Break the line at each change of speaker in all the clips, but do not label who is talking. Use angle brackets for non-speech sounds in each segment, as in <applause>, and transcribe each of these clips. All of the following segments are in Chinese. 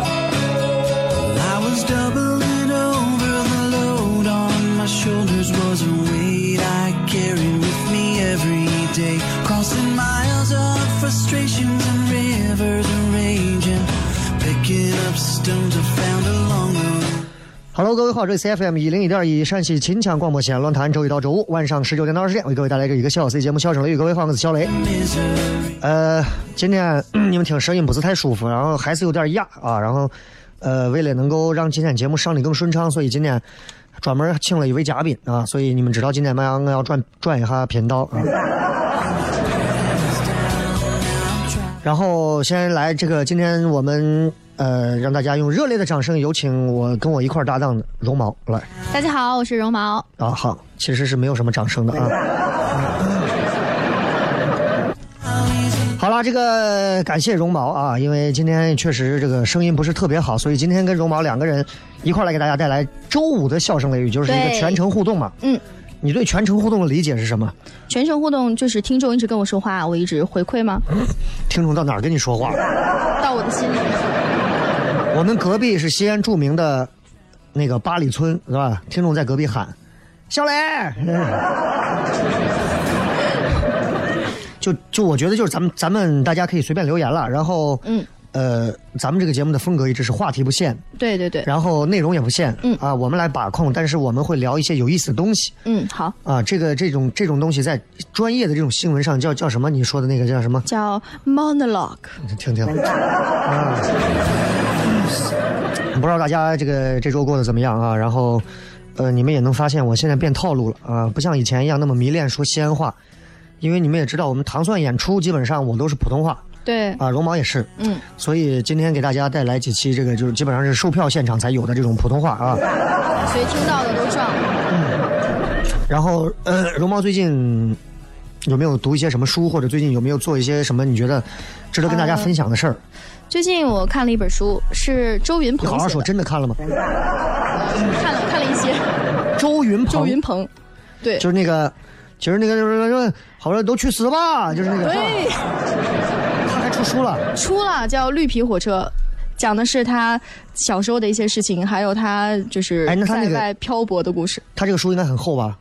Well, I was doubling over. The load on my shoulders was a weight I carried with me every day. Crossing miles of frustrations and rivers of rage and picking up stones I found along the way.
Hello，各位好，这里是 FM 一零一点一陕西秦腔广播西安论坛，周一到周五晚上十九点到二十点，为各位带来这一个小时的节目《笑声雷雨》。各位好，我是小雷。
misery.
呃，今天嗯你们听声音不是太舒服，然后还是有点哑啊，然后呃，为了能够让今天节目上的更顺畅，所以今天专门请了一位嘉宾啊，所以你们知道今天晚上我要转转一下频道啊。然后先来这个，今天我们呃让大家用热烈的掌声有请我跟我一块儿搭档的绒毛来。
大家好，我是绒毛。
啊，好，其实是没有什么掌声的啊。
嗯
好啦，这个感谢绒毛啊，因为今天确实这个声音不是特别好，所以今天跟绒毛两个人一块儿来给大家带来周五的笑声雷雨，就是一个
对
全程互动嘛。
嗯，
你对全程互动的理解是什么？
全程互动就是听众一直跟我说话，我一直回馈吗？
听众到哪儿跟你说话？
到我的心里。
我们隔壁是西安著名的那个八里村，是吧？听众在隔壁喊：“小磊。 <laughs> 就就我觉得就是咱们咱们大家可以随便留言了，然后
嗯，
呃，咱们这个节目的风格一直是话题不限，
对对对，
然后内容也不限，
嗯
啊，我们来把控，但是我们会聊一些有意思的东西
嗯，好，
啊，这个这种这种东西在专业的这种新闻上叫叫什么？你说的那个叫什么？
叫 monologue。
听听。啊，不知道大家这个这周过得怎么样啊？然后，呃，你们也能发现我现在变套路了啊，不像以前一样那么迷恋说西安话，因为你们也知道，我们糖蒜演出基本上我都是普通话
对，
啊，绒毛也是，
嗯，
所以今天给大家带来几期这个就是基本上是售票现场才有的这种普通话啊。
所以听到的都撞了。
然后，呃，绒毛最近有没有读一些什么书，或者最近有没有做一些什么你觉得值得跟大
呃
家分享的事儿？
最近我看了一本书，是周云
你好
鹏
好
写
说，
的，
真的看了吗？
看了看了一些。
周云鹏，
周云鹏，对
就是那个，就是那个，就是好了，都去死吧，就是那个，
对，
他还出书了，
出了叫《绿皮火车》。讲的是他小时候的一些事情，还有他就是
哎那他那
在
个
外漂泊的故事。
他这个书应该很厚吧，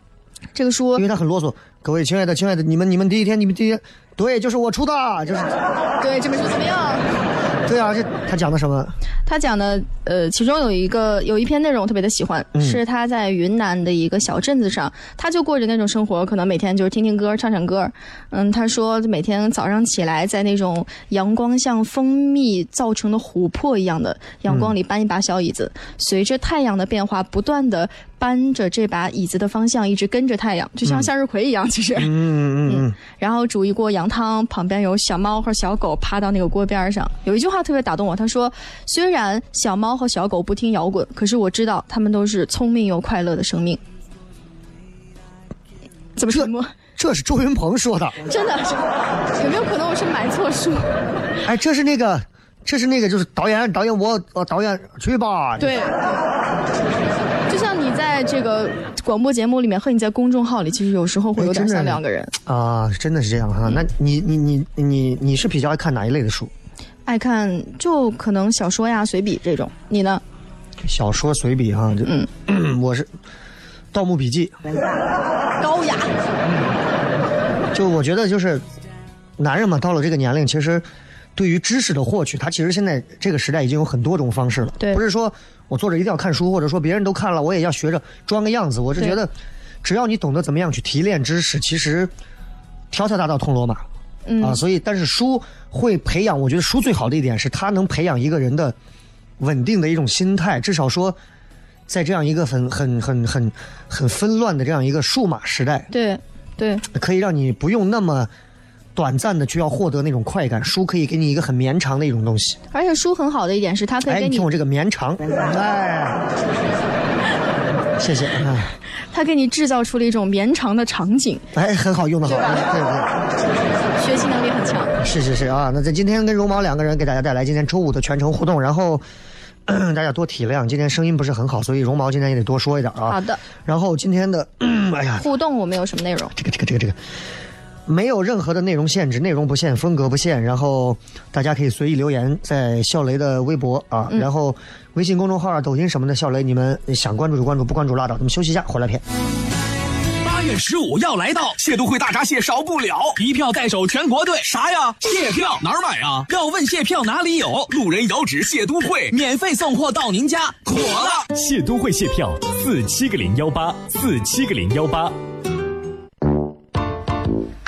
这个书
因为他很啰嗦。各位亲爱的，亲爱的，你们你们第一天，你们第一天，对，就是我出的，就是
对这本书怎么样？
对啊，这他讲的什么？
他讲的，呃，其中有一个有一篇内容我特别的喜欢，
嗯
是他在云南的一个小镇子上，他就过着那种生活，可能每天就是听听歌、唱唱歌。嗯，他说每天早上起来，在那种阳光像蜂蜜造成的琥珀一样的阳光里搬一把小椅子，随着太阳的变化，不断的搬着这把椅子的方向一直跟着太阳，就像向日葵一样，其实。
嗯嗯嗯，
然后煮一锅羊汤，旁边有小猫和小狗趴到那个锅边上。有一句话特别打动我，他说：“虽然小猫和小狗不听摇滚，可是我知道它们都是聪明又快乐的生命。”怎么沉默？
这是周云鹏说的，
真的是有没有可能我是买错 <laughs> 书？
哎，这是那个，这是那个，就是导演，导演我，呃，导演去吧，
对，就像你在这个广播节目里面和你在公众号里，其实有时候会有点像两个人。
啊，真的是这样哈、那你你你你你是比较爱看哪一类的书？
爱看就可能小说呀、随笔这种，你呢？
小说随笔哈，
嗯
就、我是《盗墓笔记
高雅，》，
嗯就我觉得就是男人嘛，到了这个年龄，其实对于知识的获取，他其实现在这个时代已经有很多种方式了，
对
不是说我坐着一定要看书，或者说别人都看了，我也要学着装个样子，我是
对
觉得只要你懂得怎么样去提炼知识，其实条条大道通罗马。
嗯
啊，所以但是书会培养，我觉得书最好的一点是它能培养一个人的稳定的一种心态，至少说，在这样一个很很很很很纷乱的这样一个数码时代，
对对，
可以让你不用那么短暂的就要获得那种快感，书可以给你一个很绵长的一种东西。
而且书很好的一点是，它可以
哎，
给
你
你
听我这个绵长，哎，谢谢，哎，
它给你制造出了一种绵长的场景，
哎，很好用的好，对对。
学习能力很强。
是是是啊，那在今天跟绒毛两个人给大家带来今天周五的全程互动，然后。 <coughs> 咳大家多体谅，今天声音不是很好，所以绒毛今天也得多说一点啊。
好的。
然后今天的， <coughs> 咳哎呀，
互动我们有什么内容？
这个这个这个这个，没有任何的内容限制，内容不限，风格不限，然后大家可以随意留言在笑雷的微博啊，然后微信公众号啊、抖音什么的，笑雷你们想关注就关注，不关注拉倒。咱们休息一下，回来片。
八月十五要来到，蟹都会大闸蟹少不了，一票在手全国队。啥呀？蟹票哪儿买啊？要问蟹票哪里有？路人遥指蟹都会，免费送货到您家，火了！
蟹都会蟹票四七个零幺八四七个零幺八。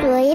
不随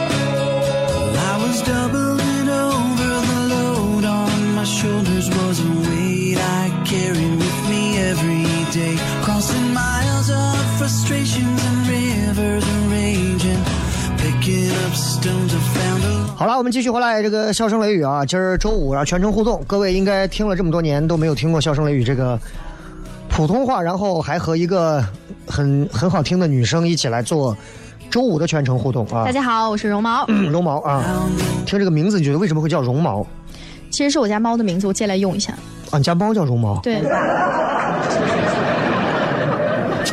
I was doubling over, the load on my shoulders was a weight I carried with me every day. Crossing miles of frustrations and rivers and raging, picking up stones I found along.
好了，我们继续回来这个笑声雷雨啊，今儿周五啊，全程互动，各位应该听了这么多年都没有听过笑声雷雨这个普通话，然后还和一个很很好听的女生一起来做周五的全程互动啊
大，家好，我是绒毛，
绒毛啊，听这个名字你觉得为什么会叫绒毛
其实是我家猫的名字，我借来用一下。
啊？你家猫叫绒毛？
对，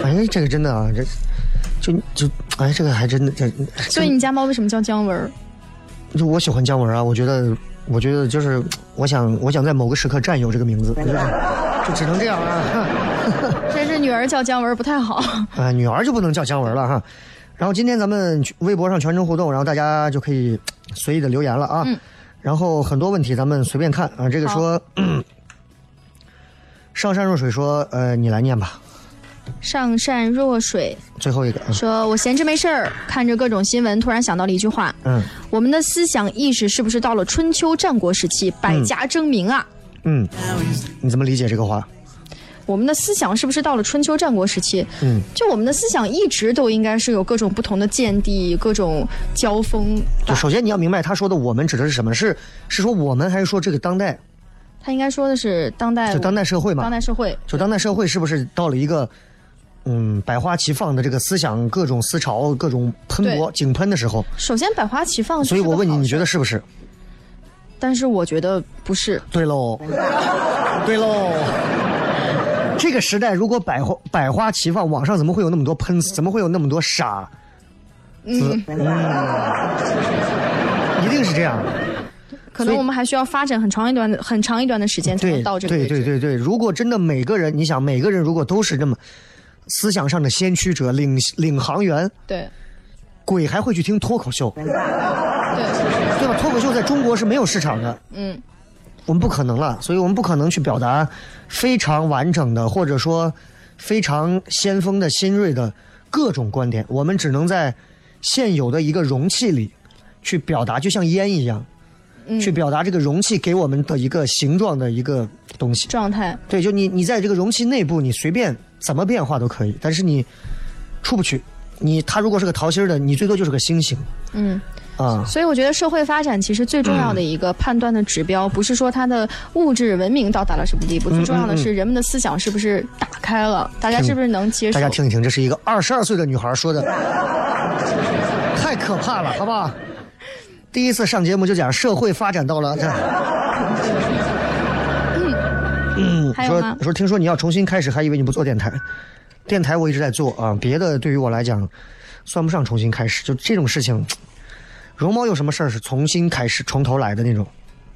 哎，这个真的啊，这就就哎，这个还真的这，
所以你家猫为什么叫姜文儿？
就我喜欢姜文啊，我觉得我觉得就是我想我想在某个时刻占有这个名字，就是就只能这样啊。 <laughs> 哎
但是女儿叫姜文儿不太好。
啊、女儿就不能叫姜文了哈。然后今天咱们去微博上全程互动，然后大家就可以嘖随意的留言了啊。
嗯
然后很多问题咱们随便看啊。这个说，上善若水说，呃，你来念吧。
上善若水
最后一个，嗯
说：“我闲着没事儿，看着各种新闻，突然想到了一句话：
嗯
我们的思想意识是不是到了春秋战国时期，百家争鸣啊？
嗯，你怎么理解这个话？
我们的思想是不是到了春秋战国时期？
嗯，
就我们的思想一直都应该是有各种不同的见地，各种交锋
就
吧。
首先你要明白他说的我们指的是什么？是是说我们还是说这个当代？
他应该说的是当代
就当代社会嘛
哎当代社会，
就当代社会是不是到了一个嗯百花齐放的这个思想各种思潮各种喷薄
对
井喷的时候？
首先百花齐放。
所以我问你，你觉
得？
得是不是？
但是我觉得不是。
对喽，对喽。这个时代如果百花百花齐放，网上怎么会有那么多喷子？怎么会有那么多傻子？嗯一定是这样。
可
所
能
以
我们还需要发展很长一段、很长一段的时间才
对
能到这个位
对
置。
对对对，如果真的每个人，你想每个人如果都是这么思想上的先驱者、领领航员，
对
鬼还会去听脱口秀，
对
对吧？脱口秀在中国是没有市场的，
嗯，
我们不可能了，所以我们不可能去表达非常完整的，或者说非常先锋的、新锐的各种观点，我们只能在现有的一个容器里去表达，就像烟一样，
嗯
去表达这个容器给我们的一个形状的一个东西。
状态。
对，就你你在这个容器内部，你随便怎么变化都可以，但是你出不去。你它如果是个桃心儿的，你最多就是个星星。
嗯
啊，
所以我觉得社会发展其实最重要
嗯
的一个判断的指标，不是说它的物质文明到达了什么地步，
嗯
最重要的是人们的思想是不是打开了，大家是不是能接受
大家？听一听，这是一个二十二岁的女孩说的， <laughs> 太可怕了，好不好？第一次上节目就讲社会发展到了这，
嗯还
嗯
有
说
吗？
说听说你要重新开始，还以为你不做电台，电台我一直在做啊，别的对于我来讲算不上重新开始，就这种事情，绒毛有什么事儿是重新开始、从头来的那种，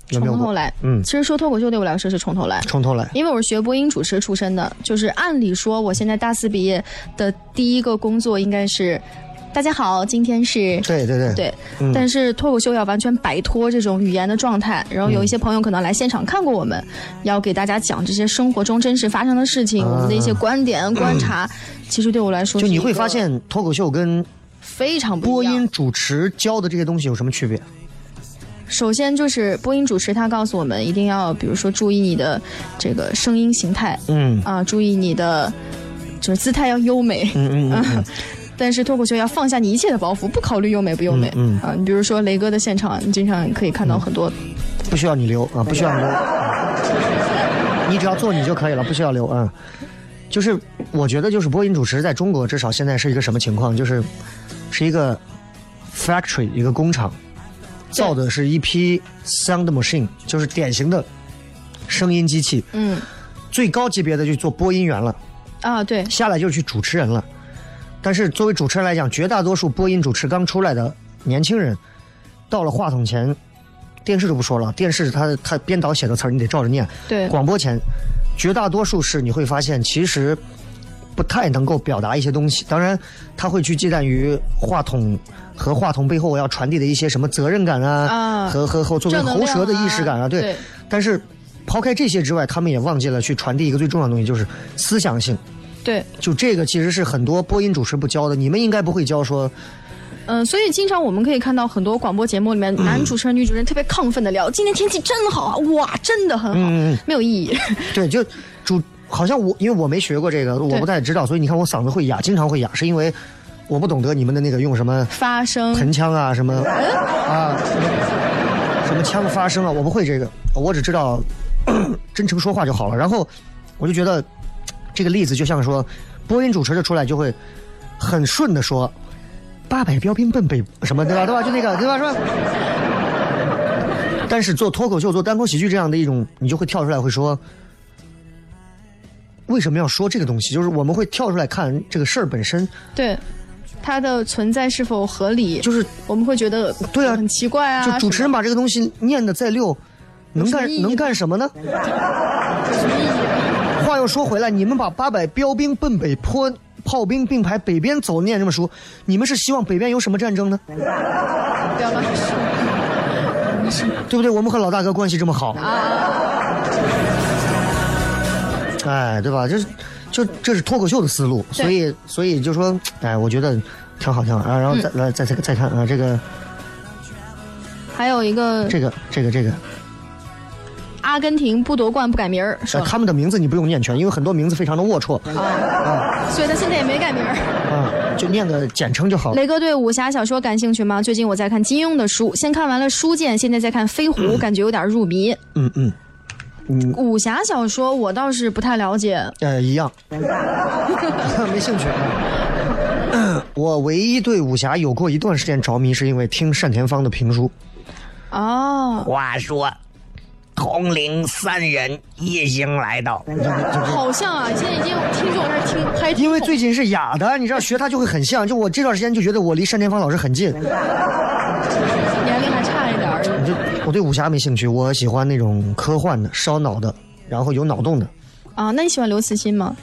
有没有
从
过
头来，
嗯
其实说脱口秀对我来说是从头来，
从头来，
因为我是学播音主持出身的，就是按理说我现在大四毕业的第一个工作应该是，大家好，今天是
对对嗯对，
对，但是脱口秀要完全摆脱这种语言的状态，然后有一
嗯
些朋友可能来现场看过我们，要给大家讲这些生活中真实发生的事情，我们的一些观点、观察，其实对我来说
啊嗯就是你
一
会
个
发现脱口秀跟
非常不
播
一样
音。主持教的这些东西有什么区别？
首先就是播音主持，他告诉我们一定要，比如说注意你的这个声音形态
嗯
啊、注意你的就是姿态要优美。
嗯嗯嗯嗯，
但是脱口秀要放下你一切的包袱，不考虑优美不优美。
嗯嗯嗯
啊，你比如说雷哥的现场，你经常可以看到很多
不需要你留啊，不需要你留，啊你只要做你就可以了，不需要留啊。就是我觉得，就是播音主持在中国至少现在是一个什么情况？就是是一个 factory，一个工厂，造的是一批 sound machine，就是典型的声音机器。
嗯
最高级别的就做播音员了。
啊，对，
下来就是去主持人了。但是作为主持人来讲，绝大多数播音主持刚出来的年轻人，到了话筒前，电视就不说了，电视他他编导写的词儿你得照着念。
对
广播前，绝大多数是你会发现其实不太能够表达一些东西。当然，他会去忌惮于话筒和话筒背后我要传递的一些什么责任感啊，
啊
和和和作为
正能
喉舌的
量啊
意识感啊，对。
对
但是抛开这些之外，他们也忘记了去传递一个最重要的东西，就是思想性。
对，
就这个其实是很多播音主持不教的，你们应该不会教说，
嗯、所以经常我们可以看到很多广播节目里面，男主持人、女主持人特别亢奋的聊，今天天气真好啊，哇，真的很好，
嗯嗯
没有意义。 <laughs>
对，就主好像我因为我没学过这个，我不太知道，所以你看我嗓子会哑，经常会哑，是因为我不懂得你们的那个用什么
发声，
盆腔啊什么啊什么什么腔发声啊，我不会这个，我只知道 <clears throat> 真诚说话就好了。然后我就觉得这个例子就像说播音主持的出来就会很顺的说。八百标兵奔北什么对吧对吧就那个对吧是吧？但是做脱口秀、做单口喜剧这样的一种，你就会跳出来会说，为什么要说这个东西？就是我们会跳出来看这个事儿本身，
对，它的存在是否合理，
就是
我们会觉得
对啊
很奇怪啊。
就主持人
吧，
把这个东西念的再溜，能
什么
干
意义
能
呢
干什么呢？话又说回来，你们把八百标兵奔北坡炮兵并排北边走，念这么熟，你们是希望北边有什么战争呢？
不要乱说。
对不对？我们和老大哥关系这么好，
啊
哎，对吧？这是就这是脱口秀的思路，所以所以就说，哎，我觉得挺好挺好啊。然后
嗯
再、来再再再看啊，这个
还有一个
这个这个这个，
阿根廷不夺冠不改名儿，说
呃，
了
他们的名字你不用念全，因为很多名字非常的龌龊呃
所以他现在也没改名儿。
啊，就念个简称就好了。
雷哥对武侠小说感兴趣吗？最近我在看金庸的书，先看完了《书剑》，现在在看《
<laughs>
飞狐》，感觉有点入迷。
嗯嗯，
武侠小说我倒是不太了解，
呃，一样， <laughs> 没兴趣 <coughs> 啊。我唯一对武侠有过一段时间着迷，是因为听单田芳的评书。
哦，
话说，统领三人夜行来到，
好像啊，现在已经听众有点听嗨。
因为最近是哑的，你知道学他就会很像。就我这段时间就觉得我离单田芳老师很近，
年龄还差一点儿而
<laughs>
已。
就我对武侠没兴趣，我喜欢那种科幻的、烧脑的，然后有脑洞的。
啊，那你喜欢刘慈欣吗？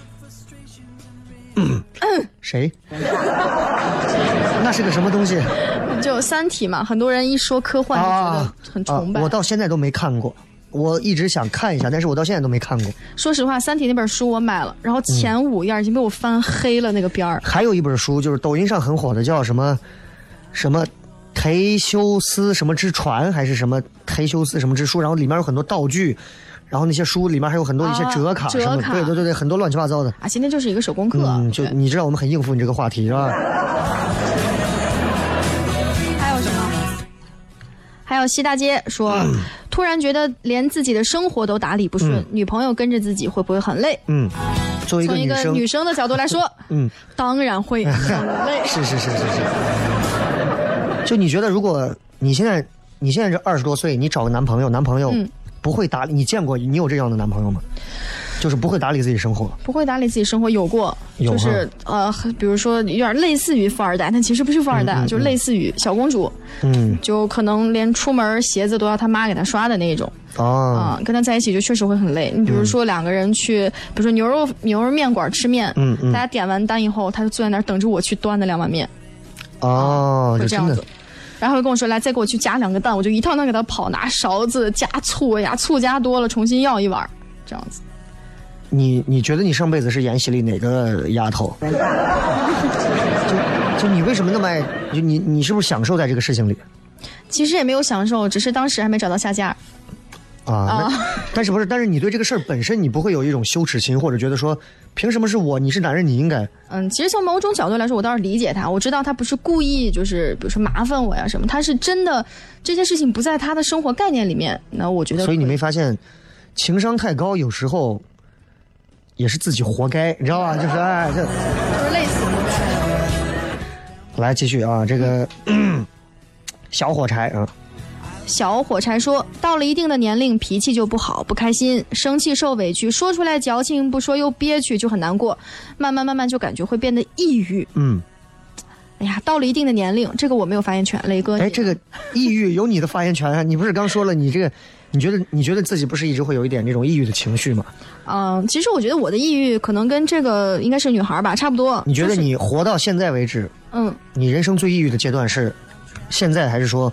谁？ <laughs> 那是个什么东西
就《三体》嘛，很多人一说科幻就
啊
觉得很崇拜。
啊？我到现在都没看过，我一直想看一下，但是我到现在都没看过。
说实话，《三体》那本书我买了，然后前五页已经被我翻黑了那个边儿。
还有一本书就是抖音上很火的，叫什么什么。忒修斯什么之船还是什么忒修斯什么之书，然后里面有很多道具，然后那些书里面还有很多一些
啊
折卡
折
什么的，
卡
对对对对，很多乱七八糟的。
啊，今天就是一个手工课。
嗯，就
对
你知道我们很应付你这个话题是吧？
还有什么？还有西大街说，突然觉得连自己的生活都打理不顺，女朋友跟着自己会不会很累？
嗯作为一个
从一
女
个
生，。
女生的角度来说，嗯，当然会很累
是是是是是。就你觉得，如果你现在你现在这二十多岁，你找个男朋友，男朋友不会打理，你见过你有这样的男朋友吗？就是不会打理自己生活，
不会打理自己生活有过，
有
就
哈
是呃，比如说有点类似于富二代，但其实不是富二代，啊就是类似于小公主，
嗯
就可能连出门鞋子都要她妈给她刷的那种
啊，
啊、跟她在一起就确实会很累。你比
嗯
如说两个人去，比如说牛肉牛肉面馆吃面，
嗯嗯
大家点完单以后，她就坐在那儿等着我去端那两碗面，
哦，就
会这
真
样
的
子。然后他跟我说：“来，再给我去加两个蛋。”我就一趟趟给他跑，拿勺子加醋呀，醋加多了，重新要一碗儿，这样子。
你你觉得你上辈子是演戏里哪个丫 <laughs> 头？就就你为什么那么爱？就你你是不是享受在这个事情里
其实也没有享受，只是当时还没找到下家。
啊？那但是不是？但是你对这个事儿本身，你不会有一种羞耻心，或者觉得说凭什么是我？你是男人，你应该
嗯，其实从某种角度来说，我倒是理解他。我知道他不是故意，就是比如说麻烦我呀什么，他是真的这些事情不在他的生活概念里面。那我觉得可，
所以你没发现，情商太高有时候也是自己活该，你知道吧？就是哎，这
就是累死我了。
来继续啊，这个、小火柴啊，
小火柴说：“到了一定的年龄，脾气就不好，不开心，生气受委屈，说出来矫情，不说又憋屈，就很难过。慢慢慢慢就感觉会变得抑郁。
嗯，
哎呀，到了一定的年龄，这个我没有发言权，雷哥。
哎，
你
这个抑郁有你的发言权啊！你不是刚说了，你这个你觉得你觉得自己不是一直会有一点那种抑郁的情绪吗？
嗯、其实我觉得我的抑郁可能跟这个应该是女孩吧，差不多。
你觉得
就是
你活到现在为止，
嗯，
你人生最抑郁的阶段是现在，还是说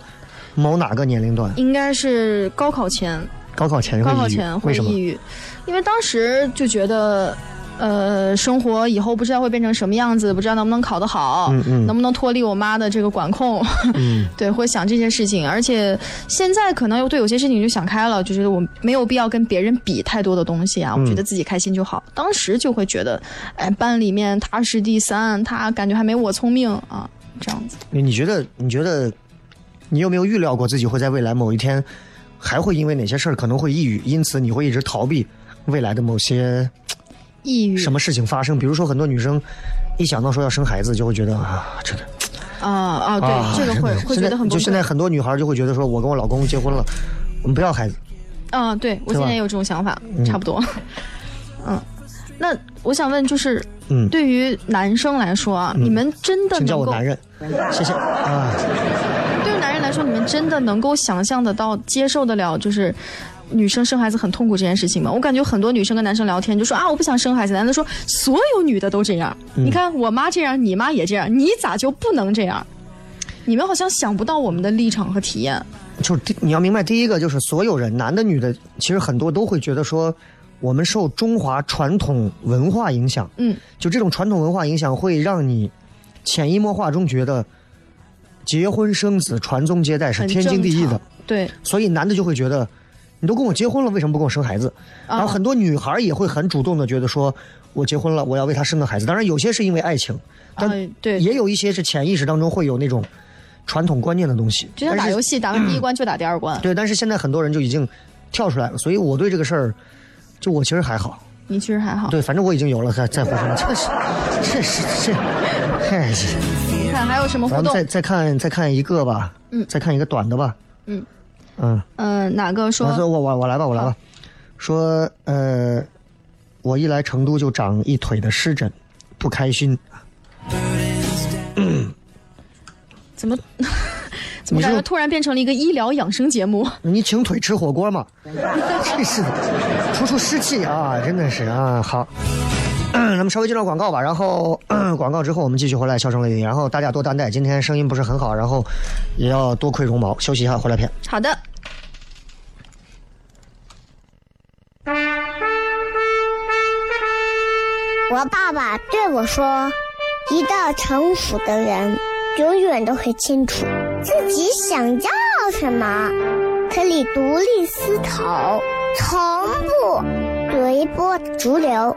某哪个年龄段？
应该是高考前，
高考前会抑
高
郁，
考前
为
会
什么
抑？郁，因为当时就觉得。呃，生活以后不知道会变成什么样子，不知道能不能考得好，
嗯嗯
能不能脱离我妈的这个管控，
嗯
<laughs> 对，会想这些事情。而且现在可能又对有些事情就想开了，就觉得我没有必要跟别人比太多的东西啊，我觉
嗯
得自己开心就好。当时就会觉得，哎，班里面他是第三，他感觉还没我聪明啊，这样子。
你你觉得？你觉得？你有没有预料过自己会在未来某一天，还会因为哪些事儿可能会抑郁？因此你会一直逃避未来的某些
抑郁
什么事情发生？比如说，很多女生一想到说要生孩子，就会觉得啊，这个
啊啊，对，
啊，
这个
真
会
的
会觉得
现在
很崩
就
溃
现在很多女孩就会觉得说，我跟我老公结婚了，我们不要孩子。
嗯，对我
对
现
吧
在也有这种想法，差不多。 <laughs> 嗯，那我想问，就是
嗯，
对于男生来说啊，你们真的
请叫
能
我
够
男人，谢谢啊。
对于男人来说，你们真的能够想象得到、接受得了，就是女生生孩子很痛苦这件事情吗？我感觉很多女生跟男生聊天就说啊，我不想生孩子，男的说所有女的都这样，
嗯
你看我妈这样，你妈也这样，你咋就不能这样？你们好像想不到我们的立场和体验，
就是第你要明白，第一个就是所有人，男的女的，其实很多都会觉得说，我们受中华传统文化影响，
嗯，
就这种传统文化影响会让你潜移默化中觉得结婚生子、传宗接代是
很
天经地义
正
的
常，对，
所以男的就会觉得，你都跟我结婚了，为什么不跟我生孩子？
啊
然后很多女孩也会很主动的觉得说，我结婚了，我要为他生个孩子。当然，有些是因为爱情，但
哎对
也有一些是潜意识当中会有那种传统观念的东西。
就像打
但是
游戏，打完第一关就打第二关，
对，但是现在很多人就已经跳出来了，所以我对这个事儿，就我其实还好。
你其实还好。
对，反正我已经有了，再再发生， <laughs> 这是这是哎这，嗨，
你看还有什么
咱
互
们
动？
再再看再看一个吧，嗯，再看一个短的吧，
嗯
嗯，
嗯、哪个
我说
说？
我我我来吧，我来吧，说呃，我一来成都就长一腿的湿疹，不开心。
怎么 <laughs> 怎么
你
感
是
觉突然变成了一个医疗养生节目？ <laughs>
你请腿吃火锅嘛？真是的，除除湿气啊，真的是啊。好， <clears throat> 咱们稍微介绍广告吧，然后 <clears throat> 咳广告之后我们继续回来笑声雷雨，然后大家多担待，今天声音不是很好，然后也要多亏绒毛，休息一下回来片。
好的，
我爸爸对我说：“一个成熟的人，永远都会清楚自己想要什么，可以独立思考，从不随波逐流，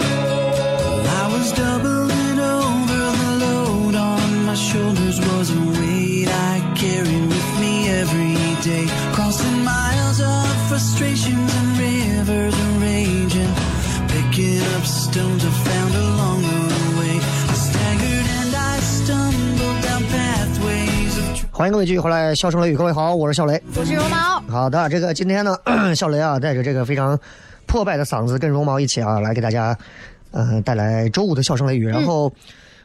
I was doubling over the load on my shoulders was a weight I carried with me every day, crossing miles of frustrations and rivers of rage and picking up stones I found along the way. I staggered and I stumbled down pathways of.
欢迎各位继续回来，笑声雷雨，各位好，我是笑雷。
我是绒毛。
好的，这个今天呢， <clears throat> 笑雷啊，带着这个非常破败的嗓子，跟绒毛一起啊，来给大家，呃，带来周五的笑声雷雨。然后、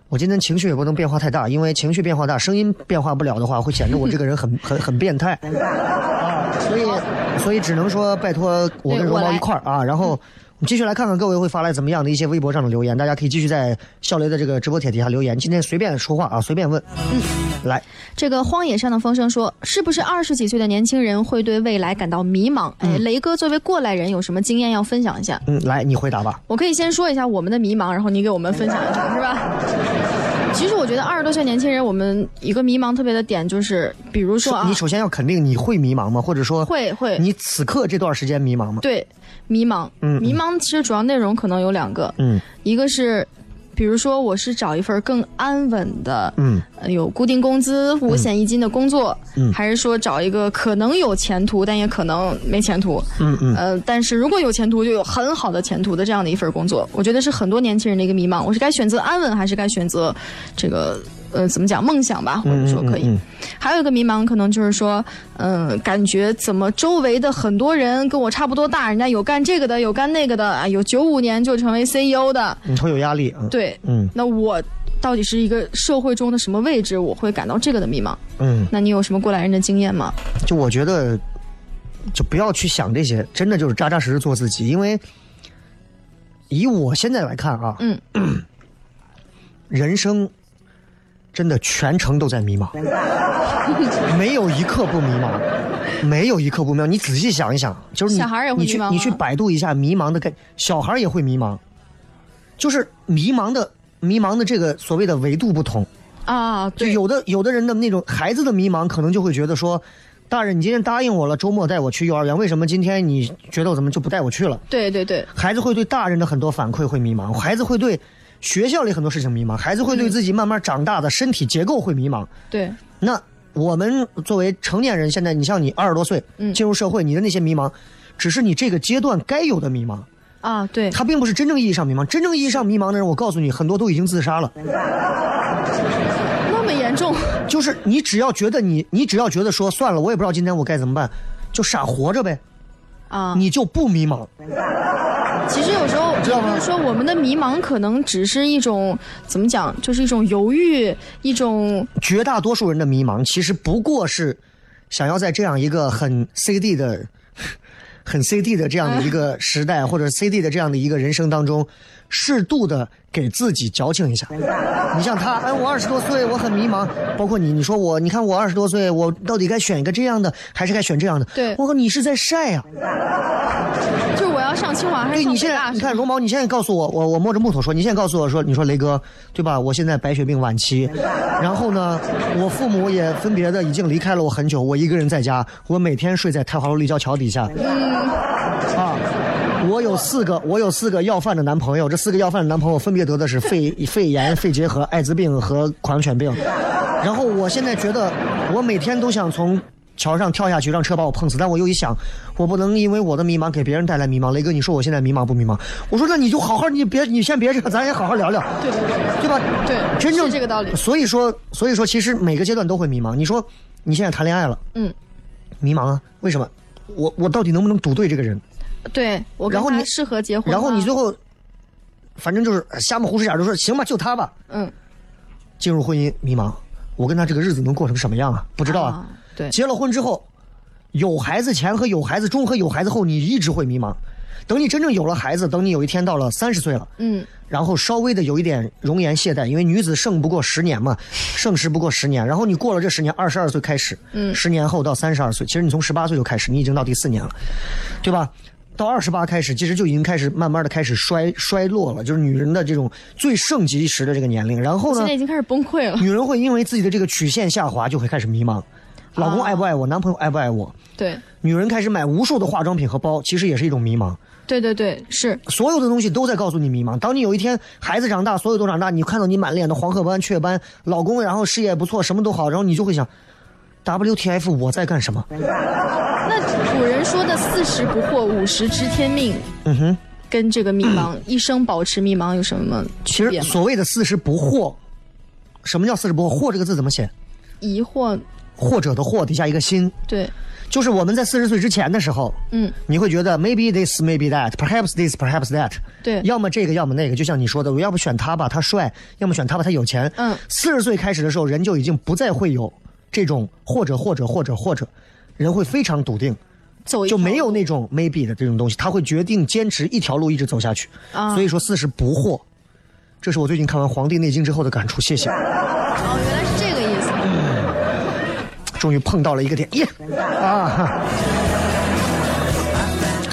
我今天情绪也不能变化太大，因为情绪变化大，声音变化不了的话，会显得我这个人 <laughs> 很很很变态啊。所以，所以只能说拜托我跟
对
绒
我
毛
来
一块儿啊。然后我们继续来看看各位会发来怎么样的一些微博上的留言，大家可以继续在笑雷的这个直播帖底下留言。今天随便说话啊，随便问，嗯，来，
这个荒野上的风声说，是不是二十几岁的年轻人会对未来感到迷茫？哎，雷哥作为过来人，有什么经验要分享一下？
嗯，来你回答吧。
我可以先说一下我们的迷茫，然后你给我们分享一下，是吧？其实我觉得二十多岁年轻人，我们一个迷茫特别的点就是，比如说啊
你，首先要肯定你会迷茫吗？或者说
会会
你此刻这段时间迷茫吗？
对迷茫，
嗯嗯
迷茫其实主要内容可能有两个，
嗯
一个是，比如说我是找一份更安稳的，
嗯
呃有固定工资、五险一金的工作，
嗯
还是说找一个可能有前途，但也可能没前途，
嗯嗯
呃，但是如果有前途，就有很好的前途的这样的一份工作，我觉得是很多年轻人的一个迷茫。我是该选择安稳，还是该选择这个呃怎么讲梦想吧，或者说可以。
嗯嗯嗯
还有一个迷茫，可能就是说，嗯、感觉怎么周围的很多人跟我差不多大，人家有干这个的，有干那个的，啊，有九五年就成为 CEO 的，
你会有压力。嗯
对，
嗯
那我到底是一个社会中的什么位置，我会感到这个的迷茫。
嗯，
那你有什么过来人的经验吗？
就我觉得，就不要去想这些，真的就是扎扎实实做自己。因为以我现在来看啊，
嗯，
<clears throat> 人生真的全程都在迷茫，没有一刻不迷茫，没有一刻不迷茫。你仔细想一想，就是你
小孩儿也会
你
迷
去
茫啊
你去
吗
百度一下迷茫的概，小孩儿也会迷茫，就是迷茫的迷茫的这个所谓的维度不同。
啊，
就
对，
有的有的人的那种孩子的迷茫，可能就会觉得说，大人，你今天答应我了，周末带我去幼儿园，为什么今天你觉得我怎么就不带我去了？
对对对，
孩子会对大人的很多反馈会迷茫，孩子会对学校里很多事情迷茫，孩子会对自己慢慢长大的身体结构会迷茫。
对，
那我们作为成年人，现在你像你二十多岁
嗯
进入社会，你的那些迷茫，只是你这个阶段该有的迷茫，
啊，对，
他并不是真正意义上迷茫。真正意义上迷茫的人，我告诉你，很多都已经自杀了。
那么严重，
就是你只要觉得你，你只要觉得说算了，我也不知道今天我该怎么办，就傻活着呗，
啊，
你就不迷茫。
其实有时候，
知道吗
就是说我们的迷茫可能只是一种怎么讲，就是一种犹豫，一种
绝大多数人的迷茫，其实不过是想要在这样一个很 CD 的、很 CD 的这样的一
啊
个时代，或者 CD 的这样的一个人生当中，适度的给自己矫情一下。你像他，哎，我二十多岁，我很迷茫。包括你，你说我，你看我二十多岁，我到底该选一个这样的，还是该选这样的？
对
我靠，你是在晒啊呀、
就是我要上清华还
对
是上
哎你
北
现在，
大？
你看龙毛，你现在告诉我，我我摸着木头说，你现在告诉我说，你说雷哥，对吧？我现在白血病晚期，然后呢，我父母也分别的已经离开了我很久，我一个人在家，我每天睡在太华路立交桥底下，
嗯
啊。我有四个，我有四个要饭的男朋友，这四个要饭的男朋友分别得的是肺 <laughs> 肺炎、肺结核、艾滋病和狂犬病。然后我现在觉得，我每天都想从桥上跳下去，让车把我碰死。但我又一想，我不能因为我的迷茫给别人带来迷茫。雷哥，你说我现在迷茫不迷茫？我说那你就好好，你别你先别这样，咱也好好聊聊，
对对对
对吧？
对，
真正
是这个道理。
所以说，所以说，其实每个阶段都会迷茫。你说你现在谈恋爱了，
嗯，
迷茫啊？为什么？我我到底能不能赌对这个人？
对我跟
然后
他
你
适合结婚吗，
然后你最后，反正就是瞎么胡扯点儿，就说行吧，就他吧。
嗯，
进入婚姻迷茫，我跟他这个日子能过成什么样啊？不知道啊。
啊对
结了婚之后，有孩子前和有孩子中和有孩子后，你一直会迷茫。等你真正有了孩子，等你有一天到了三十岁了，
嗯，
然后稍微的有一点容颜懈怠，因为女子胜不过十年
<laughs>
嘛，胜时不过十年。然后你过了这十年，二十二岁开始，嗯，十年后到三十二岁，其实你从十八岁就开始，你已经到第四年了，对吧？到二十八开始，其实就已经开始慢慢的开始衰衰落了，就是女人的这种最盛极时的这个年龄。然后呢，
现在已经开始崩溃了。
女人会因为自己的这个曲线下滑就会开始迷茫，老公爱不爱
哦
我，男朋友爱不爱我，
对
女人开始买无数的化妆品和包，其实也是一种迷茫。
对对对，是
所有的东西都在告诉你迷茫。当你有一天孩子长大，所有都长大，你看到你满脸的黄褐斑、雀斑，老公然后事业不错，什么都好，然后你就会想，WTF 我在干什么？
那古人说的“四十不惑，五十知天命”，嗯
哼，
跟这个迷茫，一生保持迷茫有什么
其
区别
实
吗？
所谓的四十不惑，什么叫四十不惑？惑这个字怎么写？
疑惑，
或者的或底下一个心，
对，
就是我们在四十岁之前的时候，
嗯，
你会觉得 maybe this maybe that perhaps this perhaps that，
对
要么这个要么那个，就像你说的，我要不选他吧，他帅；要么选他吧，他有钱。
嗯
四十岁开始的时候，人就已经不再会有这种或者或者或者或者，人会非常笃定，
走一
就
条
没有那种 maybe 的这种东西，他会决定坚持一条路一直走下去。
啊
所以说四十不惑，这是我最近看完《黄帝内经》之后的感触。谢谢，
哦，原来是这个意思。
终于碰到了一个点，耶啊！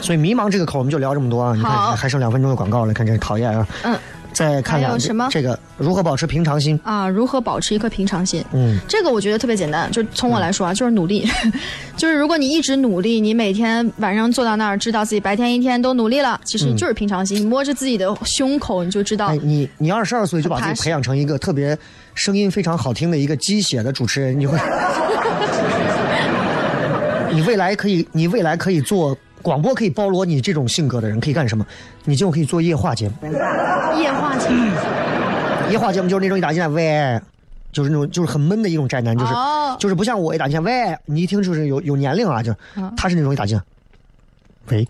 所以迷茫这个口我们就聊这么多啊！你看
好
还剩两分钟的广告了，看真是讨厌啊！
嗯，
再看
还
两
有什么
这个如何保持平常心？
啊，如何保持一颗平常心？
嗯，
这个我觉得特别简单，就从我来说啊，就是努力， <laughs> 就是如果你一直努力，你每天晚上坐到那儿，知道自己白天一天都努力了，其实就是平常心。你摸着自己的胸口，你就知道
嗯哎，你你二十二岁就把
很
自
踏
己
实
培养成一个特别声音非常好听的一个鸡血的主持人，你会， <laughs> 你未来可以，你未来可以做广播，可以包罗你这种性格的人，可以干什么？你今后可以做夜话节目，
夜话节目
夜话节目就是那种一打进来喂，就是那种就是很闷的一种宅男，就是、
哦
就是不像我一打进来喂，你一听就是有有年龄啊，就是、他是那种一打进来，喂，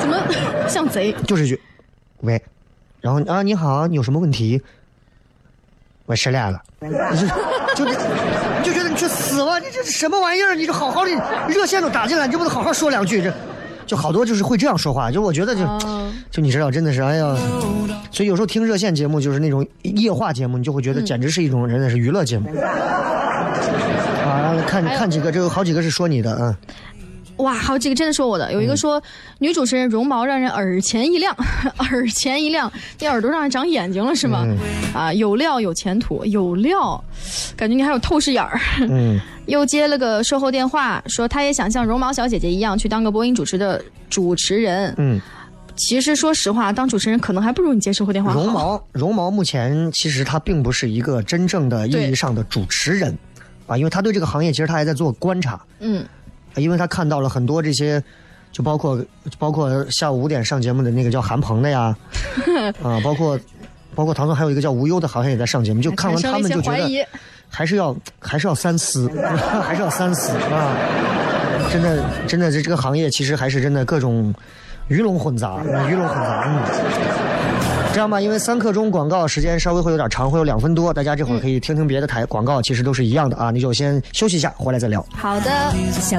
怎么像贼？
<laughs> 就是一句喂，然后啊你好，你有什么问题？我失恋了，就就你就觉得你去死吧，你这是什么玩意儿？你这好好的热线都打进来，你这不得好好说两句？这就好多就是会这样说话，就我觉得就、
哦
就你知道真的是哎呀，所以有时候听热线节目就是那种夜话节目，你就会觉得简直是一种人的是娱乐节目。啊，然后看看几个，这有好几个是说你的啊，
哇，还有这个真的说我的，有一个说、女主持人绒毛让人耳前一亮， <laughs> 耳前一亮，你耳朵上还长眼睛了是吗？
嗯
啊，有料有前途，有料，感觉你还有透视眼儿。
嗯，
又接了个售后电话，说她也想像绒毛小姐姐一样去当个播音主持的主持人。
嗯，
其实说实话，当主持人可能还不如你接售后电话好。
绒毛，绒毛目前其实他并不是一个真正的意义
对
上的主持人，啊，因为他对这个行业其实他还在做观察，啊
嗯，
因为他看到了很多这些，就包括就包括下午五点上节目的那个叫韩鹏的
<laughs>
呀，啊，包括包括唐宋还有一个叫吴优的，好像也在上节目，就看完他们就
产
觉
生了一些怀
得
疑。
还是要还是要三思， <laughs> 还是要三思啊！真的真的，这这个行业其实还是真的各种鱼龙混杂，鱼龙混杂。嗯，这样吧，因为三刻钟广告时间稍微会有点长，会有两分多，大家这会儿可以听听别的台广告，其实都是一样的啊。你就先休息一下，回来再聊。
好的，
小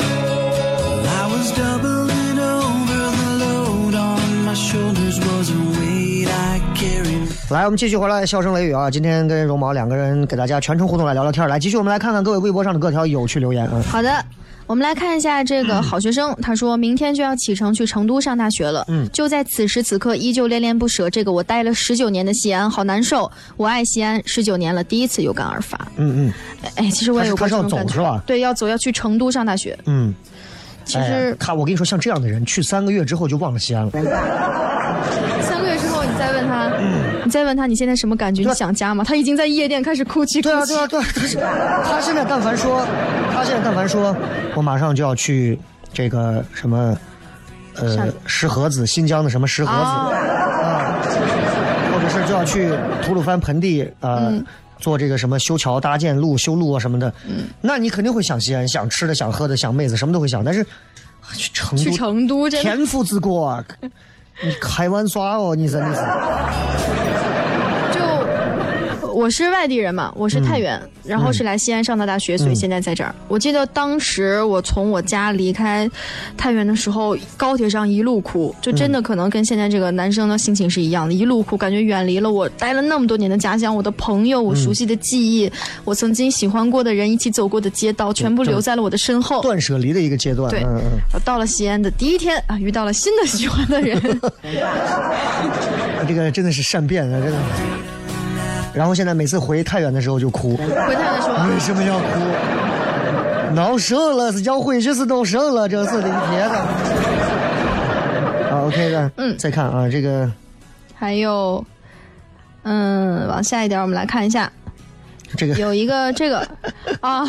I was doubling over the load on my shoulders was a weight I carried.
来，我们继续回来，笑声雷雨啊！今天跟绒毛两个人给大家全程互动来聊聊天儿，来继续我们来看看各位微博上的各条有趣留言啊。
好的。我们来看一下这个好学生，他说明天就要启程去成都上大学了。嗯，就在此时此刻，依旧恋恋不舍。这个我待了十九年的西安，好难受。我爱西安，十九年了，第一次有感而发。
嗯嗯
哎，其实我也有过
他是他是要
这种感
走
觉，
是吧
对，要走，要去成都上大学。
嗯，
其
哎呀
实
他，我跟你说，像这样的人去三个月之后就忘了西安了。
三个月之后，你再问他，
嗯
你再问他你现在什么感觉？你想家吗？他已经在夜店开始哭泣哭
啊对啊，
泣
对。啊，对啊，他是他现在但凡说，他现在但凡说，我马上就要去这个什么，呃
上，
石河子，新疆的什么石河子，
啊，
或者是就要去吐鲁番盆地，呃，
嗯
做这个什么修桥搭建路、修路啊什么的，
嗯
那你肯定会想西安，想吃的、想喝的、想妹子，什么都会想。但是去成
去
都，
成都真的
天府之国啊， <laughs> 你开玩笑哦，你真的是。
就我是外地人嘛，我是
嗯
太原，然后是来西安上的大学，所以现在在这儿。我记得当时我从我家离开太原的时候，高铁上一路哭，就真
嗯
的可能跟现在这个男生的心情是一样的，一路哭，感觉远离了我待了那么多年的家乡，我的朋友，
嗯
我熟悉的记忆，我曾经喜欢过的人，一起走过的街道，全部留在了我的身后。
断舍离的一个阶段，
对
嗯嗯，
我到了西安的第一天啊，遇到了新的喜欢
<laughs>
的人。
啊这个真的是善变啊，真的。然后现在每次回太原的时候就哭，
回太原说
为
啊，
什么要哭？闹折了，是要回去是闹折了，这是的一天的。啊，OK 的，
嗯
再看啊，这个
还有，嗯，往下一点，我们来看一下，
这个
有一个这个啊，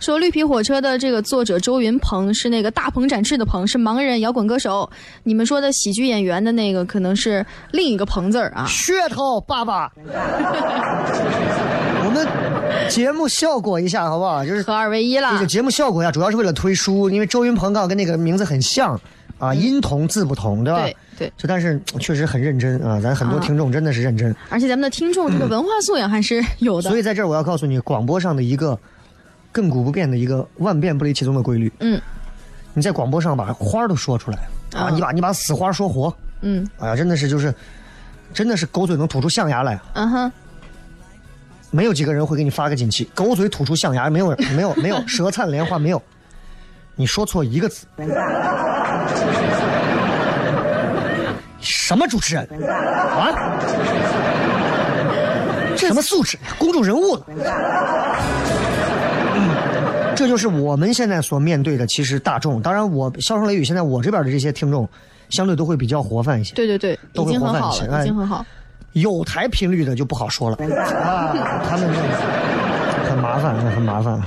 说《绿皮火车》的这个作者周云鹏是那个大鹏展翅的鹏，是盲人摇滚歌手。你们说的喜剧演员的那个可能是另一个鹏字儿啊。
噱头爸爸，我们节目效果一下好不好？就是
合二为一
这
啦
个，节目效果呀，主要是为了推书，因为周云鹏刚好跟那个名字很像啊，音同字不同，对吧？
嗯对对，
就但是确实很认真啊，咱很多
啊
听众真的是认真，
而且咱们的听众这个文化素养还是有
嗯
的
所。以在这儿我要告诉你，广播上的一个亘古不变的一个万变不离其宗的规律。
嗯，
你在广播上把花儿都说出来啊，
啊
你把你把死花说活，
嗯
哎呀，真的是就是，真的是狗嘴能吐出象牙来，
嗯哼，
没有几个人会给你发个锦旗，狗嘴吐出象牙，没有没有没有，舌灿莲花没有，你说错一个字。什么主持人啊？什么素质？公众人物了。嗯这就是我们现在所面对的，其实大众。当然我，笑声雷雨现在我这边的这些听众，相对都会比较活泛一些。
对对对，
都
已
会
经
活
很
泛
好
起
了，
来
已经很好。
有台频率的就不好说了啊，他们这很麻烦，很麻烦。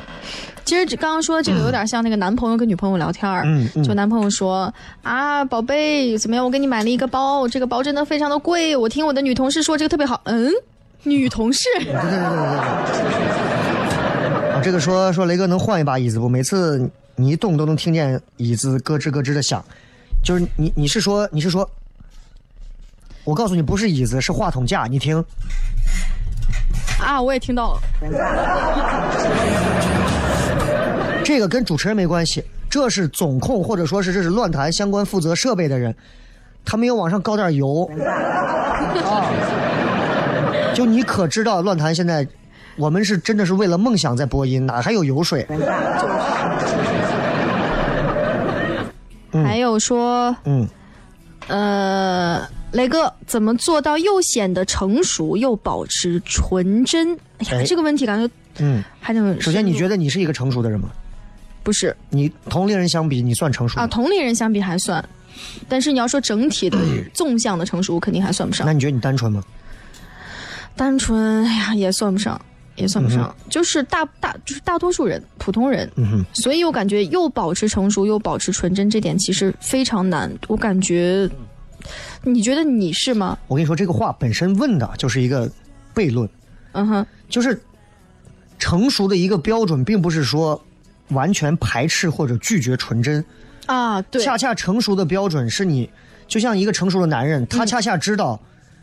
其实刚刚说的这个有点像那个男朋友跟女朋友聊天儿，
嗯嗯
就男朋友说啊，宝贝怎么样？我给你买了一个包，这个包真的非常的贵，我听我的女同事说这个特别好，嗯，女同事，
对对对对对。啊，这个说说雷哥能换一把椅子不？每次你一动都能听见椅子咯吱咯吱的响，就是你你是说你是说，我告诉你不是椅子是话筒架，你听，
<laughs> 啊，我也听到了，
这个跟主持人没关系，这是总控或者说是这是乱谈相关负责设备的人，他没有往上高点油啊，
哦
就你可知道乱谈现在。我们是真的是为了梦想在播音，哪还有油水？
还有说
嗯，
呃，雷哥怎么做到又显得成熟又保持纯真？哎呀
哎，
这个问题感觉
嗯，
还挺……
首先你觉得你是一个成熟的人吗？
不是
你同龄人相比，你算成熟
啊？
吗
同龄人相比还算，但是你要说
<clears throat>
整体的纵向的成熟，肯定还算不上
那。你觉得你单纯吗？
单纯，哎呀，也算不上，也算不上，就是大大就是大多数人，普通人。
嗯哼，
所以我感觉又保持成熟又保持纯真，这点其实非常难。我感觉，你觉得你是吗？
我跟你说，这个话本身问的就是一个悖论，
嗯哼，
就是成熟的一个标准，并不是说完全排斥或者拒绝纯真，
啊，对，
恰恰成熟的标准是你，就像一个成熟的男人，
嗯
他恰恰知道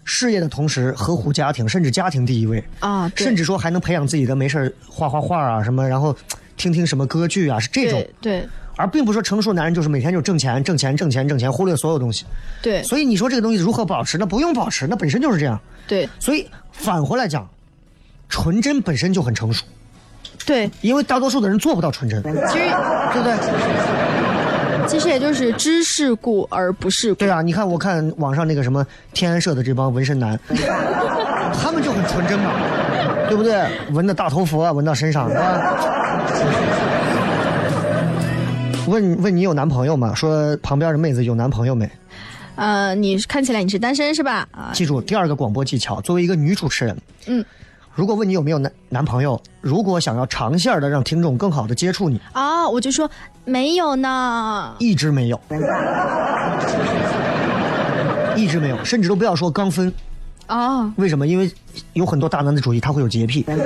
事业的同时呵护家庭，甚至家庭第一位，
啊，对
甚至说还能培养自己的没事儿画画画啊什么，然后嘖听听什么歌剧啊，是这种
对，对
而并不是说成熟男人就是每天就挣钱挣钱挣钱挣钱，忽略所有东西。
对
所以你说这个东西如何保持？那不用保持，那本身就是这样。
对
所以返回来讲，纯真本身就很成熟，
对，
因为大多数的人做不到纯真，对
其实
不对？
其实也就是知世故而不世故
对。啊，你看，我看网上那个什么天安社的这帮纹身男，他们就很纯真嘛，对不对？纹的大头佛啊，纹到身上啊。问问你有男朋友吗？说旁边的妹子有男朋友没？
呃，你看起来你是单身是吧？啊，
记住第二个广播技巧，作为一个女主持人，
嗯，
如果问你有没有男男朋友，如果想要长线的让听众更好的接触你，
啊，我就说没有呢。
一直没有，一直没有，甚至都不要说刚分，
啊，
为什么？因为有很多大男子主义，他会有洁癖，他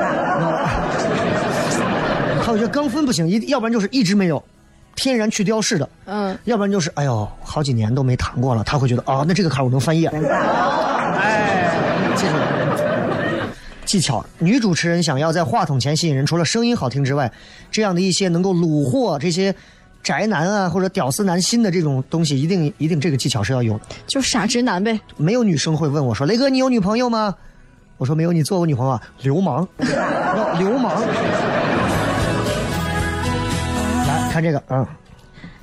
会觉得刚分不行，一要不然就是一直没有，天然去雕式的，
嗯，
要不然就是哎呦，好几年都没谈过了，他会觉得哦，那这个坎儿我能翻页。哎，记住技巧，女主持人想要在话筒前吸引人，除了声音好听之外，这样的一些能够虏获这些宅男啊或者屌丝男心的这种东西，一定一定这个技巧是要有的。
就傻直男呗。
没有女生会问我说：“雷哥，你有女朋友吗？”我说：“没有，你做过女朋友啊？”流氓， <laughs> 要流氓。来看这个，嗯，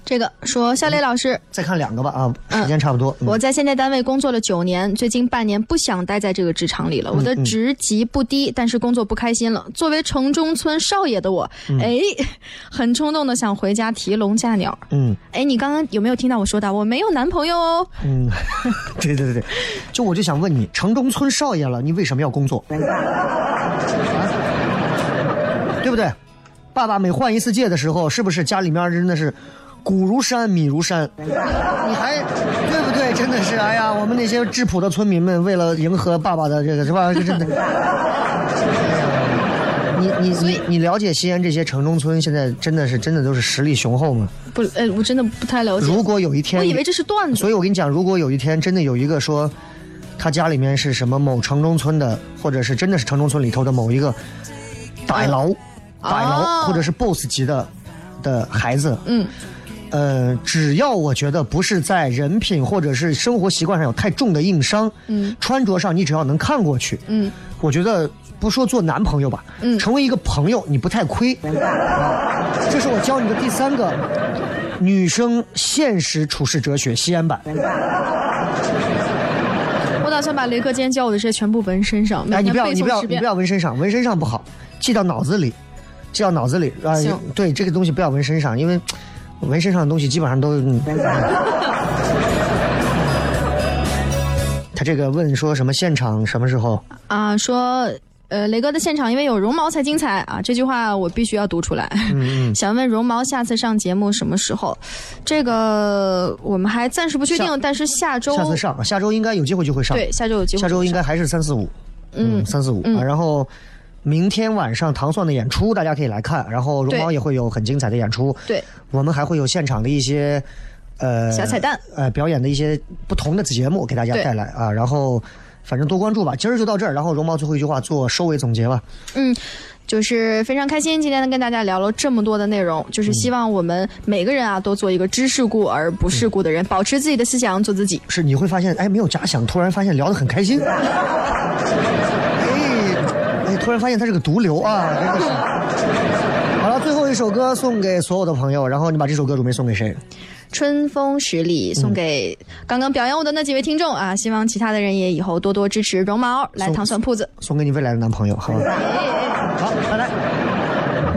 这个说肖磊老师，
再看两个吧啊，时间差不多。嗯
我在现在单位工作了九年，最近半年不想待在这个职场里了。
嗯
我的职级不低，但是工作不开心了。作为城中村少爷的我，哎， <laughs> 很冲动的想回家提笼架鸟。
嗯
哎，你刚刚有没有听到我说的？我没有男朋友哦。
嗯， <laughs> 对对对对，就我就想问你，城中村少爷了，你为什么要工作？啊对不对？爸爸每换一次届的时候，是不是家里面真的是骨如山，米如山？你还对不对？真的是，哎呀，我们那些质朴的村民们，为了迎合爸爸的这个是吧？真的。你你你你了解西安这些城中村现在真的是真的都是实力雄厚吗？
不，哎，我真的不太了解。
如果有一天
我以为这是段子。
所以我跟你讲，如果有一天真的有一个说，他家里面是什么某城中村的，或者是真的是城中村里头的某一个大佬、大佬，
哎哦
或者是 boss 级的的孩子，
嗯，
呃，只要我觉得不是在人品或者是生活习惯上有太重的硬伤，
嗯，
穿着上你只要能看过去，
嗯，
我觉得不说做男朋友吧，
嗯
成为一个朋友你不太
<laughs>
亏，这是我教你的第三个女生现实处世哲学西安版。
我打算把雷哥今天教我的这些全部纹身上，
哎，
每
你
天
不要，
背
你不
诵
要，
十
你
遍
不。要纹身上，纹身上不好，记到脑子里。记到脑子里啊、
行
对，这个东西不要纹身上，因为纹身上的东西基本上都。嗯他这个问说什么现场什么时候？
啊，说呃，雷哥的现场因为有绒毛才精彩啊，这句话我必须要读出来。
嗯
<laughs> 想问绒毛下次上节目什么时候？这个我们还暂时不确
下
定，但是下周
下次上，下周应该有机会就会上。
对下周有机会，
下周应该还是三四五，
嗯
三四五。
嗯
啊然后明天晚上糖蒜的演出大家可以来看，然后绒
对
毛也会有很精彩的演出。
对
我们还会有现场的一些呃
小彩蛋，
呃表演的一些不同的节目给大家
对
带来啊，然后。反正多关注吧，今儿就到这儿。然后绒毛最后一句话做收尾总结吧。
嗯，就是非常开心，今天能跟大家聊了这么多的内容，就是希望我们每个人啊都做一个知世故而不世故的人，保持自己的思想，做自己。
是你会发现，哎，没有假想，突然发现聊得很开心。 <laughs> 哎，哎，突然发现他是个毒瘤啊！真的是。好了，最后一首歌送给所有的朋友，然后你把这首歌准备送给谁？
春风十里送给刚刚表扬我的那几位听众啊，希望其他的人也以后多多支持绒毛来
送
糖蒜铺子。
送给你未来的男朋友，好吧？好，拜拜。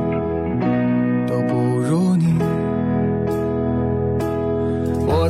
都不如你。我